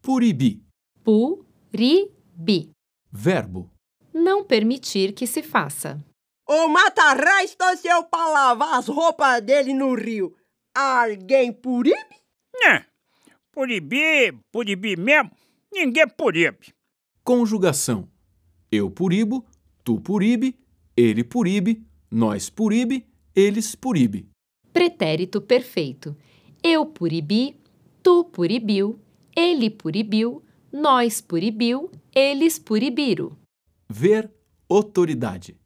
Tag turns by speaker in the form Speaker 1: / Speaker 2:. Speaker 1: Proibir.
Speaker 2: Puribi.
Speaker 1: Verbo.
Speaker 2: Não permitir que se faça.
Speaker 3: O matarrá estanciou pra lavar as roupas dele no rio. Alguém puribe?
Speaker 4: Né? Puribi, puribi mesmo, ninguém puribe.
Speaker 1: Conjugação. Eu puribo, tu puribe, ele puribe, nós puribe, eles puribe.
Speaker 2: Pretérito perfeito. Eu puribi, tu puribiu, ele puribiu, nós puribiu, eles puribiram.
Speaker 1: Ver autoridade.